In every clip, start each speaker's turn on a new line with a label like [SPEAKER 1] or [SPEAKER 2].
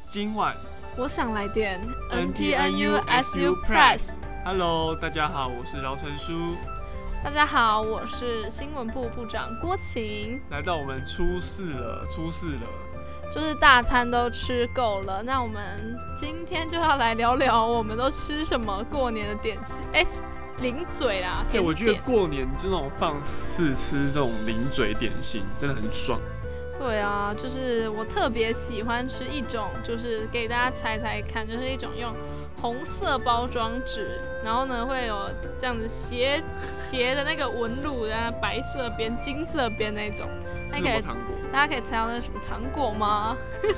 [SPEAKER 1] 今晚
[SPEAKER 2] 我想来点
[SPEAKER 1] NTNU SU Press。，Hello，大家好，我是饶成书，
[SPEAKER 2] 大家好，我是新闻部部长郭晴。
[SPEAKER 1] 来到我们初四了，初四了，
[SPEAKER 2] 就是大餐都吃够了，那我们今天就要来聊聊我们都吃什么过年的点心，哎、零嘴啦，
[SPEAKER 1] 哎、
[SPEAKER 2] 甜
[SPEAKER 1] 我觉得
[SPEAKER 2] 点。
[SPEAKER 1] 过年这种放肆吃这种零嘴点心真的很爽。
[SPEAKER 2] 对啊，就是我特别喜欢吃一种，就是给大家猜猜看，就是一种用红色包装纸，然后呢会有这样子斜斜的那个纹路，然后白色边、金色边那种。
[SPEAKER 1] 是
[SPEAKER 2] 那
[SPEAKER 1] 什
[SPEAKER 2] 可
[SPEAKER 1] 么
[SPEAKER 2] 以，
[SPEAKER 1] 糖果？
[SPEAKER 2] 大家可以猜到那是什么糖果吗？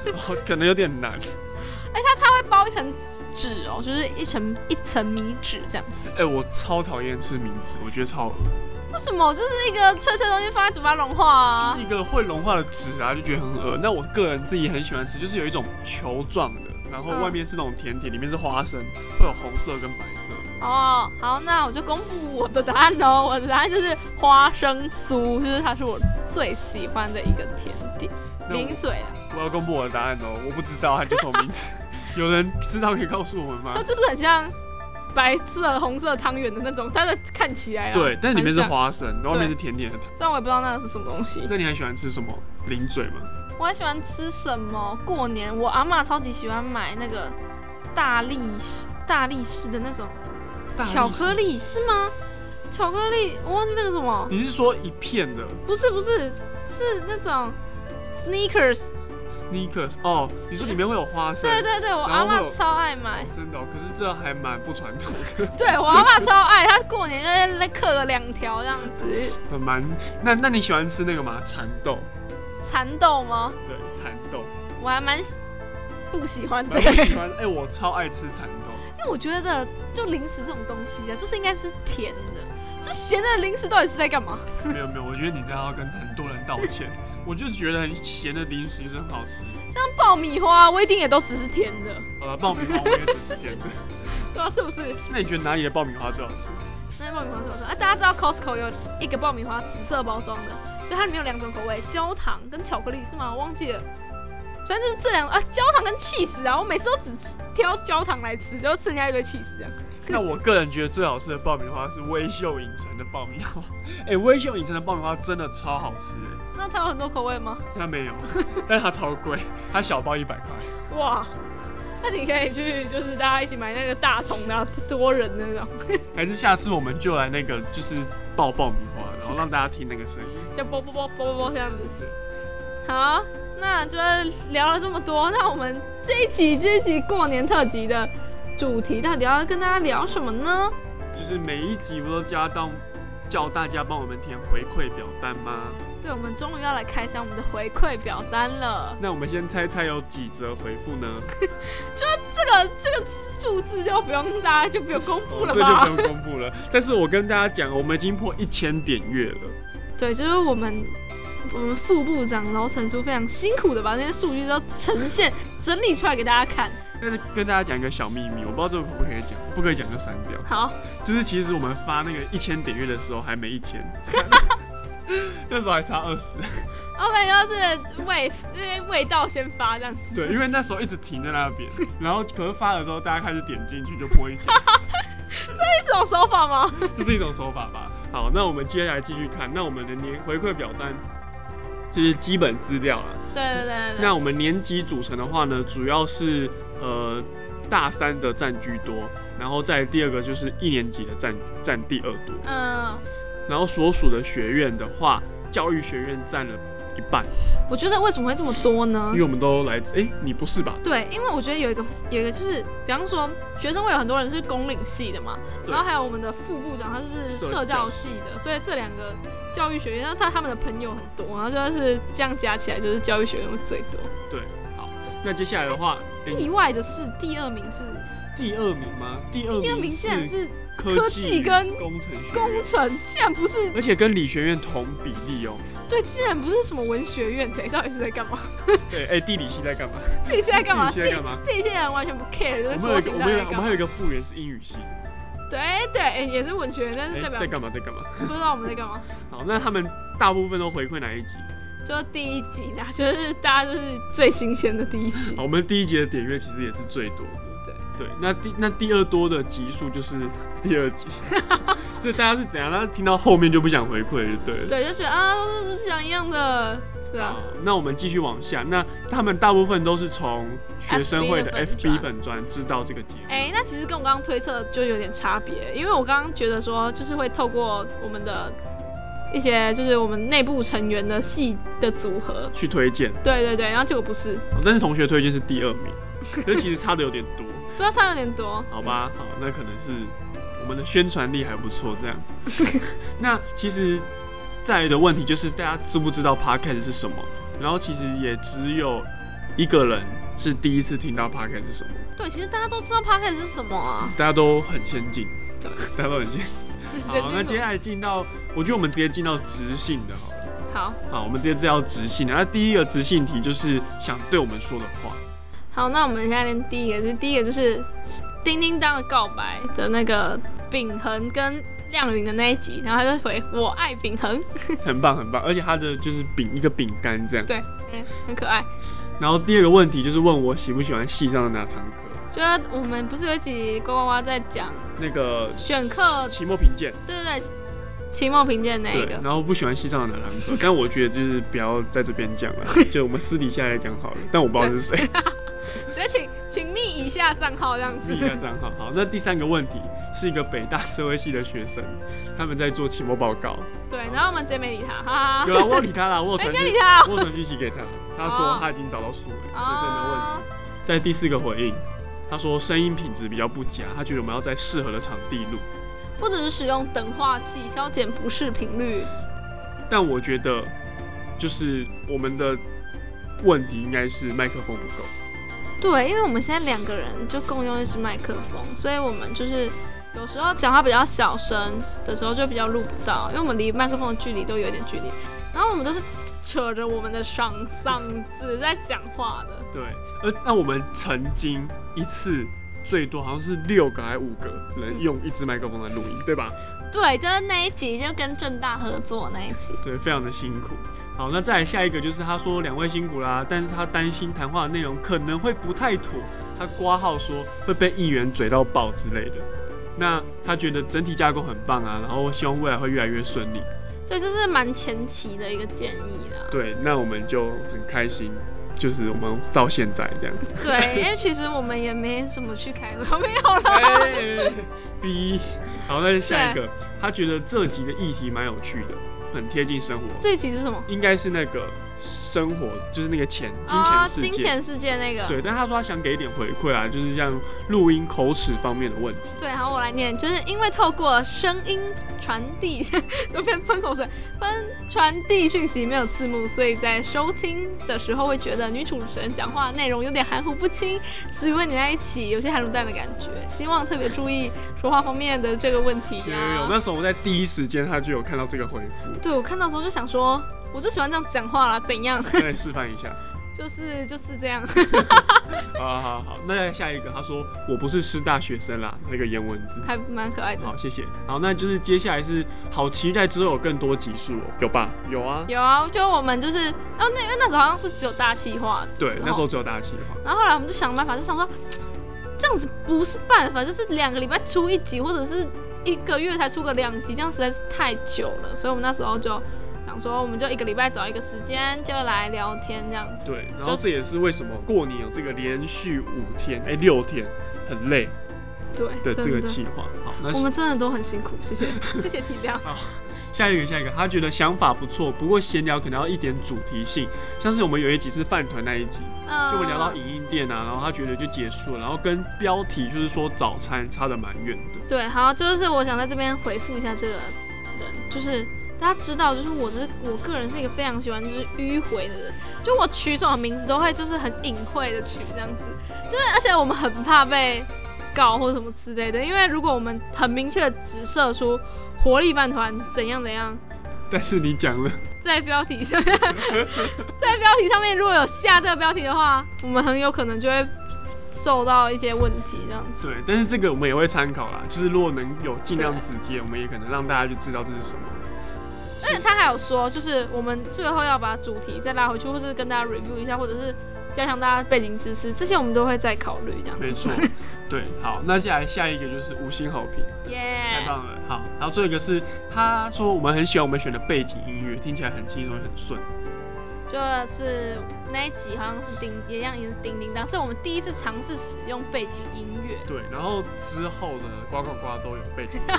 [SPEAKER 1] 哦，可能有点难。
[SPEAKER 2] 会包一层纸哦，就是一层一层米纸这样。
[SPEAKER 1] 哎、我超讨厌吃米纸，我觉得超恶
[SPEAKER 2] 为什么？就是一个脆脆的东西放在嘴巴融化啊
[SPEAKER 1] 就是。一个会融化的纸啊，就觉得很恶。那我个人自己很喜欢吃，就是有一种球状的，然后
[SPEAKER 2] 嗯
[SPEAKER 1] 外面是那种甜点，里面是花生，会有红色跟白色。
[SPEAKER 2] 哦，好，那我就公布我的答案哦。我的答案就是花生酥，就是它是我最喜欢的一个甜点，
[SPEAKER 1] 那我
[SPEAKER 2] 零嘴啊啦，
[SPEAKER 1] 我要公布我的答案哦，我不知道它叫什么名 字，有人知道可以告诉我们吗
[SPEAKER 2] 它？就是很像白色、红色汤圆的那种，但是看起来啊，
[SPEAKER 1] 对，但是里面是
[SPEAKER 2] 很像，
[SPEAKER 1] 花生，然后外面是甜点的糖。
[SPEAKER 2] 虽然我也不知道那个是什么东西。
[SPEAKER 1] 那你很喜欢吃什么零嘴吗？
[SPEAKER 2] 我很喜欢吃什么？过年我阿嬷超级喜欢买那个大力士、大力士的那种
[SPEAKER 1] 大力士
[SPEAKER 2] 巧克？力，是吗？巧克力，我忘记那个什么，
[SPEAKER 1] 你是说一片的
[SPEAKER 2] 不是不是，是那种 sneakers。
[SPEAKER 1] sneakers？哦，你说里面会有花生？
[SPEAKER 2] 对对对，我
[SPEAKER 1] 然
[SPEAKER 2] 阿
[SPEAKER 1] 后会
[SPEAKER 2] 嬷
[SPEAKER 1] 有
[SPEAKER 2] 超爱买，
[SPEAKER 1] 真的哦、可是这还蛮不传统的，
[SPEAKER 2] 对我阿嬷超爱，她过年就在那刻了两条这样子。
[SPEAKER 1] 还蛮……那那你喜欢吃那个吗？蚕豆？
[SPEAKER 2] 蚕豆吗？
[SPEAKER 1] 对，蚕豆。
[SPEAKER 2] 我还蛮喜不喜欢的，
[SPEAKER 1] 蛮不喜欢。哎、我超爱吃蚕豆，
[SPEAKER 2] 因为我觉得就零食这种东西啊，就是应该是甜的。这咸的零食到底是在干嘛？
[SPEAKER 1] 没有没有，我觉得你这样要跟很多人道歉。我就觉得很咸的零食就是很好吃。
[SPEAKER 2] 像爆米花、威丁也都只是甜的，
[SPEAKER 1] 好了，爆米花我也只吃甜的。
[SPEAKER 2] 对啊，是不是？
[SPEAKER 1] 那你觉得哪里的爆米花最好吃？
[SPEAKER 2] 那爆米花怎么说？啊，大家知道 Costco 有一个爆米花紫色包装的，就它里面有两种口味，焦糖跟巧克力是吗？我忘记了。反正就是这两啊，焦糖跟 cheese 啊，我每次都只吃挑焦糖来吃，就剩下一堆 cheese 这样。
[SPEAKER 1] 那我个人觉得最好吃的爆米花是微秀影城的爆米花。哎、微秀影城的爆米花真的超好吃、哎，
[SPEAKER 2] 那它有很多口味吗？
[SPEAKER 1] 它没有，但是它超贵，它小包一百块。
[SPEAKER 2] 哇，那你可以去就是大家一起买那个大桶的、啊、多人的那种，
[SPEAKER 1] 还是下次我们就来那个就是爆爆米花，然后让大家听那个声音。
[SPEAKER 2] 就啵啵啵啵啵啵这样子。好，那就聊了这么多，那我们这一集这一集过年特辑的主题到底要跟大家聊什么呢？
[SPEAKER 1] 就是每一集不都加到叫大家帮我们填回馈表单吗？
[SPEAKER 2] 对，我们终于要来开箱我们的回馈表单了。
[SPEAKER 1] 那我们先猜猜有几则回复呢？
[SPEAKER 2] 这个这个数字就不用大家就不用公布了
[SPEAKER 1] 哦这就不
[SPEAKER 2] 吧？
[SPEAKER 1] 用公布了。但是我跟大家讲，我们已经破一千点阅了。
[SPEAKER 2] 对，就是我们我们副部长饶成书非常辛苦的把那些数据都呈现整理出来给大家看。
[SPEAKER 1] 但是跟大家讲一个小秘密，我不知道这个可不可以讲，不可以讲就删掉。
[SPEAKER 2] 好，
[SPEAKER 1] 就是其实我们发那个一千点阅的时候还没一千，那时候还差二十。
[SPEAKER 2] OK，就是味因为味道先发这样子。
[SPEAKER 1] 对，因为那时候一直停在那边，然后可是发了之后，大家开始点进去就破一千。
[SPEAKER 2] 这种手法吗？
[SPEAKER 1] 这是一种手法吧。好，那我们接下来继续看，那我们的年回馈表单就是基本资料了。
[SPEAKER 2] 对对对对对。
[SPEAKER 1] 那我们年级组成的话呢，主要是呃大三的占居多，然后再第二个就是一年级的占占第二多，
[SPEAKER 2] 嗯，
[SPEAKER 1] 然后所属的学院的话，教育学院占了一半，
[SPEAKER 2] 我觉得为什么会这么多呢
[SPEAKER 1] 因？为我们都来自，哎、你不是吧？
[SPEAKER 2] 对，因为我觉得有一个有一个就是，比方说学生会有很多人是工领系的嘛，
[SPEAKER 1] 对
[SPEAKER 2] 然后还有我们的副部长他是社教系的，所以这两个教育学院，然后他他们的朋友很多，然后就是这样加起来就是教育学院会最多。
[SPEAKER 1] 那接下来的话，诶
[SPEAKER 2] 意外的是第二名是
[SPEAKER 1] 第二名吗？第二
[SPEAKER 2] 第二名
[SPEAKER 1] 名
[SPEAKER 2] 竟然
[SPEAKER 1] 是
[SPEAKER 2] 是
[SPEAKER 1] 科
[SPEAKER 2] 科技
[SPEAKER 1] 技
[SPEAKER 2] 跟
[SPEAKER 1] 与工程学
[SPEAKER 2] 工
[SPEAKER 1] 院，
[SPEAKER 2] 程，竟然不是
[SPEAKER 1] 而且跟理学院同比例哦、
[SPEAKER 2] 对，竟然不是什么文学院的，到底是在干 嘛？
[SPEAKER 1] 对，哎、地理系在干嘛？
[SPEAKER 2] 自己现在干嘛？
[SPEAKER 1] 地
[SPEAKER 2] 自
[SPEAKER 1] 理系
[SPEAKER 2] 己
[SPEAKER 1] 在干嘛？
[SPEAKER 2] 自己现在完全不 care，就
[SPEAKER 1] 我们
[SPEAKER 2] 是
[SPEAKER 1] 有
[SPEAKER 2] 郭
[SPEAKER 1] 一个，
[SPEAKER 2] 靖
[SPEAKER 1] 我
[SPEAKER 2] 在
[SPEAKER 1] 们有一
[SPEAKER 2] 那
[SPEAKER 1] 个我
[SPEAKER 2] 干
[SPEAKER 1] 们还
[SPEAKER 2] 嘛？
[SPEAKER 1] 有一个复原是英语系，
[SPEAKER 2] 对对，也是文学，但是
[SPEAKER 1] 哎
[SPEAKER 2] 代表
[SPEAKER 1] 在干嘛？在干嘛？
[SPEAKER 2] 不知道我们在干嘛。
[SPEAKER 1] 好，那他们大部分都回馈哪一集？
[SPEAKER 2] 就第一集啦，就是大家就是最新鲜的第一集
[SPEAKER 1] 好，我们第一集的点阅其实也是最多的。对，
[SPEAKER 2] 对
[SPEAKER 1] 那第那第二多的集数就是第二集， 所以大家是怎样？大家听到后面就不想回馈，就对了。
[SPEAKER 2] 对，就觉得啊都是讲一样的，对啊
[SPEAKER 1] 好，，哦那我们继续往下。那他们大部分都是从学生会的
[SPEAKER 2] FB 的
[SPEAKER 1] FB 粉专知道这个节目。
[SPEAKER 2] 哎、那其实跟我刚刚推测就有点差别，因为我刚刚觉得说，就是会透过我们的一些，就是我们内部成员的系的组合，
[SPEAKER 1] 去推荐，
[SPEAKER 2] 对对对，然后结果不是，
[SPEAKER 1] 哦但是同学推荐是第二 名，可是其实差的有点多，
[SPEAKER 2] 对啊，差有点多，
[SPEAKER 1] 好吧？好，那可能是我们的宣传力还不错， 这样。那其实再来的问题就是大家知不知道 podcast 是什么？然后其实也只有一个人是第一次听到 podcast 是什么，
[SPEAKER 2] 对，其实大家都知道 p o c a s t 是什么啊，
[SPEAKER 1] 大家都很先进
[SPEAKER 2] 对，
[SPEAKER 1] 大家都很先进。 好，那接下来进到，我觉得我们直接进到直性的好了。
[SPEAKER 2] 好
[SPEAKER 1] 好，我们直接知道直性的。那第一个直性题就是想对我们说的 话。
[SPEAKER 2] 好，那我们现在练第一个，就是第一个就是叮叮当的告白的那个秉恒跟亮云的那一集，然后他就回我爱秉恒，
[SPEAKER 1] 很棒很棒，而且它的就是饼一个饼干这样。
[SPEAKER 2] 嗯，很可爱。
[SPEAKER 1] 然后第二个问题就是问我喜不喜欢系上的哪堂课，
[SPEAKER 2] 就是我们不是有一集呱呱呱在讲
[SPEAKER 1] 那个
[SPEAKER 2] 选课
[SPEAKER 1] 期末评鉴，
[SPEAKER 2] 对对对，期末评鉴那一
[SPEAKER 1] 对，
[SPEAKER 2] 个
[SPEAKER 1] 然。后不喜欢系上的哪堂课， 但我觉得就是不要在这边讲了，就我们私底下来讲好了，但我不知道是 谁，
[SPEAKER 2] 所以请请密以下账号这样
[SPEAKER 1] 私
[SPEAKER 2] 子
[SPEAKER 1] 底。下账号。好，那第三个问题是一个北大社会系的学生，他们在做期末报 告，
[SPEAKER 2] 对，然后我们直接没理他，哈哈。
[SPEAKER 1] 有了啊我有理他啦，我有
[SPEAKER 2] 哎、
[SPEAKER 1] 传
[SPEAKER 2] 你有
[SPEAKER 1] 讯
[SPEAKER 2] 理，他哦、
[SPEAKER 1] 我有传讯息给他，他说他已经找到书了，所以这没问题。
[SPEAKER 2] 哦
[SPEAKER 1] 在第四个回应，他说声音品质比较不佳，他觉得我们要在适合的场地录。
[SPEAKER 2] 或者是使用等化器消减不适频率。
[SPEAKER 1] 但我觉得，就是我们的问题应该是麦克风不够。
[SPEAKER 2] 对，因为我们现在两个人就共用一支麦克风，所以我们就是有时候讲话比较小声的时候就比较录不到，因为我们离麦克风的距离都有点距离。然后我们都是扯着我们的嗓嗓子在讲话的。
[SPEAKER 1] 对，而那我们曾经一次最多好像是六个还五个人用一支麦克风来录音，对吧？
[SPEAKER 2] 对，就是那一集就跟正大合作那一集。
[SPEAKER 1] 对，非常的辛苦。好，那再来下一个就是他说两位辛苦啦，但是他担心谈话的内容可能会不太妥，他挂号说会被议员嘴到爆之类的。那他觉得整体架构很棒啊，然后希望未来会越来越顺利。
[SPEAKER 2] 对，这是蛮前期的一个建议啦。
[SPEAKER 1] 对，那我们就很开心，就是我们到现在这样。
[SPEAKER 2] 对，因为其实我们也没怎么去开会，没有了。
[SPEAKER 1] 哎逼，好，那下一个，他觉得这集的议题蛮有趣的，很贴近生活，
[SPEAKER 2] 这一集是什么？
[SPEAKER 1] 应该是那个生活，就是那个钱，金钱世界。
[SPEAKER 2] 啊哦金钱世界那个。
[SPEAKER 1] 对，但他说他想给一点回馈啊，就是像录音口齿方面的问题。
[SPEAKER 2] 对，好，我来念，就是因为透过声音传递， 有点喷口水，喷传递讯息没有字幕，所以在收听的时候会觉得女主持人讲话内容有点含糊不清，词语会粘在一起，有些含卤蛋的感觉。希望特别注意说话方面的这个问题啊
[SPEAKER 1] 有
[SPEAKER 2] 呀、
[SPEAKER 1] 有有，那时候我在第一时间他就有看到这个回 复，
[SPEAKER 2] 对我看到的时候就想说，我就喜欢这样讲话啦，怎样？
[SPEAKER 1] 再示范一下。
[SPEAKER 2] 就是就是这样。
[SPEAKER 1] 好好好，那下一个他说我不是师大学生啦，那个颜文字。
[SPEAKER 2] 还蛮可爱的。
[SPEAKER 1] 好，谢谢。好，那就是接下来是好期待之后有更多集数哦，有吧？有啊，
[SPEAKER 2] 有啊，就我们就是，然后那因为那时候好像是只有大气化的
[SPEAKER 1] 对，那时
[SPEAKER 2] 候，
[SPEAKER 1] 候只有大企划。
[SPEAKER 2] 然后后来我们就想办法，就想说这样子不是办法，就是两个礼拜出一集，或者是一个月才出个两集，这样实在是太久了，所以我们那时候就想说，我们就一个礼拜找一个时间就来聊天这样子。
[SPEAKER 1] 对，然后这也是为什么过年有这个连续五天，哎、六天很累
[SPEAKER 2] 对，
[SPEAKER 1] 的这个
[SPEAKER 2] 真的
[SPEAKER 1] 计划。好，那
[SPEAKER 2] 我们真的都很辛苦，谢谢谢谢体谅。
[SPEAKER 1] 下一个，下一个，他觉得想法不错，不过闲聊可能要一点主题性，像是我们有一集是饭团那一集，
[SPEAKER 2] 嗯
[SPEAKER 1] 就我们聊到影印店啊，然后他觉得就结束了，然后跟标题就是说早餐差的蛮远的。
[SPEAKER 2] 对，好，就是我想在这边回复一下这个人，就是大家知道，就是我就是我个人是一个非常喜欢就是迂回的人，就我取什么名字都会就是很隐晦的取这样子，就是而且我们很怕被告或什么之类的，因为如果我们很明确的直射出活力饭团怎样怎样。
[SPEAKER 1] 但是你讲了，
[SPEAKER 2] 在标题上面，在标题上面如果有下这个标题的话，我们很有可能就会受到一些问题这样子。
[SPEAKER 1] 对，但是这个我们也会参考啦，就是如果能有尽量
[SPEAKER 2] 对
[SPEAKER 1] 直接，我们也可能让大家就知道这是什么。
[SPEAKER 2] 而且他还有说，就是我们最后要把主题再拉回去，或者跟大家 review 一下，或者是加强大家背景知识，这些我们都会再考虑这样。
[SPEAKER 1] 没错，对，好，那接下来下一个就是五星好评，太
[SPEAKER 2] 耶、
[SPEAKER 1] 棒了，好，然后最后一个是他说我们很喜欢我们选的背景音乐，听起来很轻松很顺，
[SPEAKER 2] 就是那一集好像是叮，也一样也是叮叮当，是我们第一次尝试使用背景音乐。
[SPEAKER 1] 对，然后之后的呱呱呱都有背景音乐，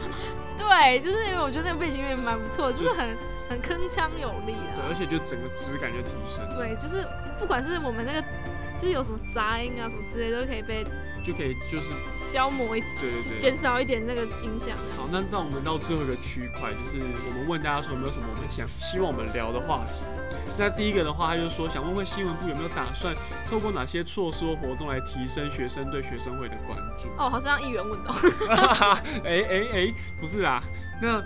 [SPEAKER 2] 对，就是因为我觉得那个背景音乐蛮不错，就是很很铿锵有力
[SPEAKER 1] 对，
[SPEAKER 2] 啊
[SPEAKER 1] 而。且就整个质感就提升，
[SPEAKER 2] 对，就是不管是我们那个，就是有什么杂音啊什么之类，都可以被
[SPEAKER 1] 就可以就是
[SPEAKER 2] 消磨一，
[SPEAKER 1] 对对对
[SPEAKER 2] 减少一点那个影响。
[SPEAKER 1] 好，那到我们到最后一个区块，就是我们问大家说有没有什么我们想希望我们聊的话题。那第一个的话，他就说想问问新闻部有没有打算透过哪些措施或活动来提升学生对学生会的关注？
[SPEAKER 2] 哦，好像议员问到，
[SPEAKER 1] 哎哎哎，不是啦，那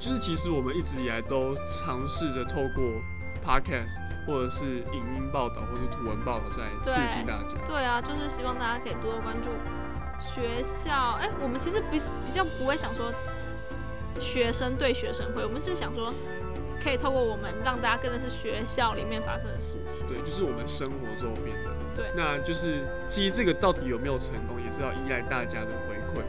[SPEAKER 1] 就是其实我们一直以来都尝试着透过 podcast 或者是影音报道或是图文报道在刺激大家。
[SPEAKER 2] 对啊，就是希望大家可以多多关注学校。哎、我们其实比比较不会想说学生对学生会，我们是想说可以透过我们让大家更认识学校里面发生的事情。
[SPEAKER 1] 对，就是我们生活周边的。
[SPEAKER 2] 对
[SPEAKER 1] 那就是其实这个到底有没有成功，也是要依赖大家的回馈。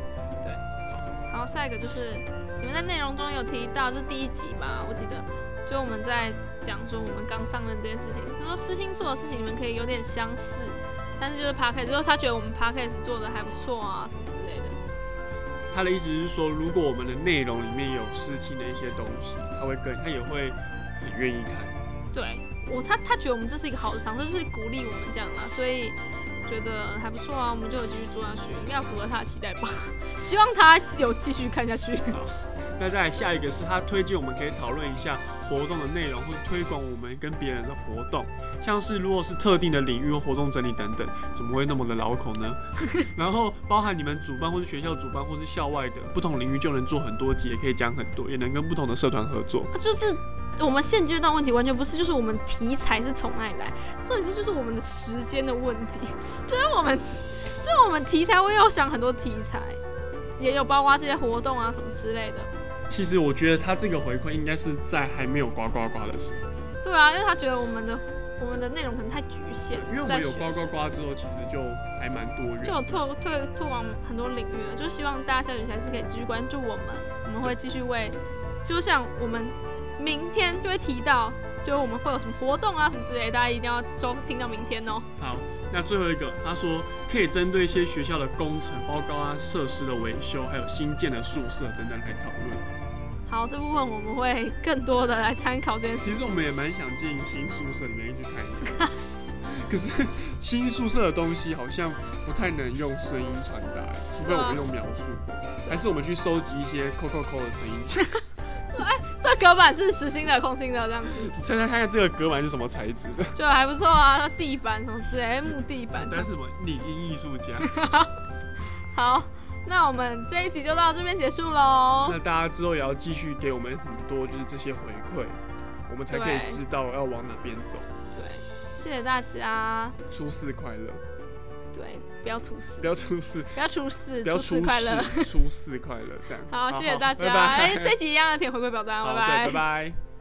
[SPEAKER 2] 好，下一个就是你们在内容中有提到，这是第一集吧，我记得，就我们在讲说我们刚上任这件事情，他说狮星座的事情你们可以有点相似，但是就是 p a r k a s 就是他觉得我们 p a r k a s 做的还不错啊，什么之类的。
[SPEAKER 1] 他的意思是说，如果我们的内容里面有事情的一些东西，他会跟他也会很愿意看。
[SPEAKER 2] 对我，他他觉得我们这是一个好的尝试，就是鼓励我们这样啦，所以觉得还不错啊，我们就有继续做下去，应该符合他的期待吧。希望他有继续看下去。
[SPEAKER 1] 那再来下一个是他推荐我们可以讨论一下活动的内容，或者推广我们跟别人的活动，像是如果是特定的领域或活动整理等等，怎么会那么的绕口呢？ 然后包含你们主办或是学校主办或是校外的不同领域，就能做很多集，也可以讲很多，也能跟不同的社团合作。
[SPEAKER 2] 就是我们现阶段问题完全不是，就是我们题材是从哪里来，重点是就是我们的时间的问题， 就是我们就是我们题材，我也有想很多题材，也有包括这些活动啊什么之类的。
[SPEAKER 1] 其实我觉得他这个回馈应该是在还没有呱呱呱的时候。
[SPEAKER 2] 对啊，因为他觉得我们的我们的内容可能太局限，
[SPEAKER 1] 因为我
[SPEAKER 2] 在
[SPEAKER 1] 们有
[SPEAKER 2] 学
[SPEAKER 1] 呱呱
[SPEAKER 2] 生
[SPEAKER 1] 呱之后，其实就还蛮多元。
[SPEAKER 2] 就有拓拓拓广很多领域了，就是希望大家下学期还是可以继续关注我们，我们会继续为，就像我们明天就会提到，就是我们会有什么活动啊什么之类，大家一定要收听到明天哦。
[SPEAKER 1] 好，那最后一个，他说可以针对一些学校的工程、包括啊设施的维修，还有新建的宿舍等等来讨论。
[SPEAKER 2] 好，这部分我们会更多的来参考这件
[SPEAKER 1] 其
[SPEAKER 2] 事
[SPEAKER 1] 实我
[SPEAKER 2] 情。
[SPEAKER 1] 们也蛮想进新宿舍里面去看一看， 可是新宿舍的东西好像不太能用声音传达，除非我们用描述，还是我们去收集一些扣扣扣的声音，
[SPEAKER 2] 这隔板是实心的、空心的这样子，
[SPEAKER 1] 猜猜看看这个隔板是什么材质的？
[SPEAKER 2] 就还不错啊。地板什么之类，木地板。
[SPEAKER 1] 但是什么拟音艺术 家？
[SPEAKER 2] 好，那我们这一集就到这边结束喽
[SPEAKER 1] 那。大家之后也要继续给我们很多就是这些回馈，我们才可以
[SPEAKER 2] 对
[SPEAKER 1] 知道要往哪边走。
[SPEAKER 2] 对，谢谢大家。
[SPEAKER 1] 初四快乐，
[SPEAKER 2] 对，不要出事
[SPEAKER 1] 不，要初四，
[SPEAKER 2] 不要出事，
[SPEAKER 1] 不要
[SPEAKER 2] 出
[SPEAKER 1] 初
[SPEAKER 2] 事快乐。
[SPEAKER 1] 四，初四快乐，这样。
[SPEAKER 2] 好，谢谢大家。
[SPEAKER 1] 拜拜
[SPEAKER 2] 哎，这集一样要填回馈表单，
[SPEAKER 1] 好，
[SPEAKER 2] 拜
[SPEAKER 1] 对，拜。拜。